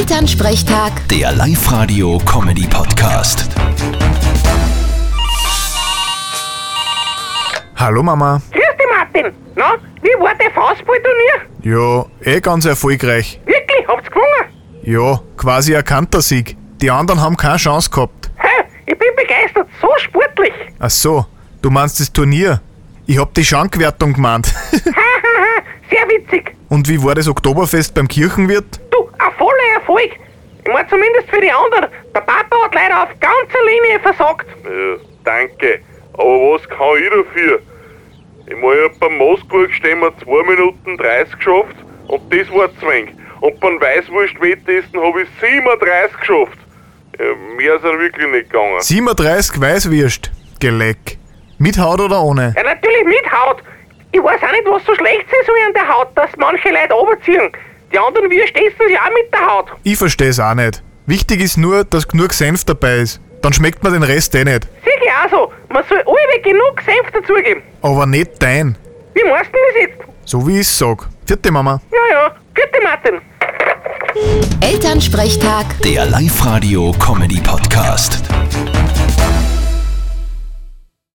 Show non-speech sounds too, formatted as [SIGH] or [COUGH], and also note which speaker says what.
Speaker 1: Elternsprechtag,
Speaker 2: Der Live-Radio-Comedy-Podcast.
Speaker 3: Hallo Mama.
Speaker 4: Grüß dich, Martin. Na, wie war dein Faustballturnier?
Speaker 3: Ja, eh ganz erfolgreich.
Speaker 4: Wirklich, habt's gewonnen?
Speaker 3: Ja, quasi ein Kantersieg. Die anderen haben keine Chance gehabt.
Speaker 4: Hä, ich bin begeistert, so sportlich.
Speaker 3: Ach so, du meinst das Turnier? Ich hab die Schankwertung gemeint. [LAUGHS]
Speaker 4: Hahaha, sehr witzig.
Speaker 3: Und wie war das Oktoberfest beim Kirchenwirt?
Speaker 4: Du, ein voller Erfolg. Ich mein, zumindest für die anderen. Der Papa hat leider auf ganzer Linie versagt.
Speaker 5: Ja, danke. Aber was kann ich dafür? Ich mein, ich hab beim Moskburg stehen wir 2 Minuten 30 geschafft und das war zwäng. Und beim Weißwurst-Wettessen habe ich 37 geschafft. Ja, mehr sind wirklich nicht gegangen.
Speaker 3: 37 Weißwürst. Geleck. Mit Haut oder ohne?
Speaker 4: Ja, natürlich mit Haut. Ich weiß auch nicht, was so schlecht sein soll an der Haut, dass manche Leute runterziehen. Die anderen wir stessen ja auch mit der Haut.
Speaker 3: Ich versteh's auch nicht. Wichtig ist nur, dass genug Senf dabei ist. Dann schmeckt man den Rest eh nicht.
Speaker 4: Sicher auch so. also, Man soll alle genug Senf dazugeben.
Speaker 3: Aber nicht dein.
Speaker 4: Wie meinst du denn das jetzt?
Speaker 3: So wie ich's sag. Vierte Mama.
Speaker 4: Ja, ja. Gute Martin.
Speaker 1: Elternsprechtag.
Speaker 2: Der Live-Radio-Comedy-Podcast.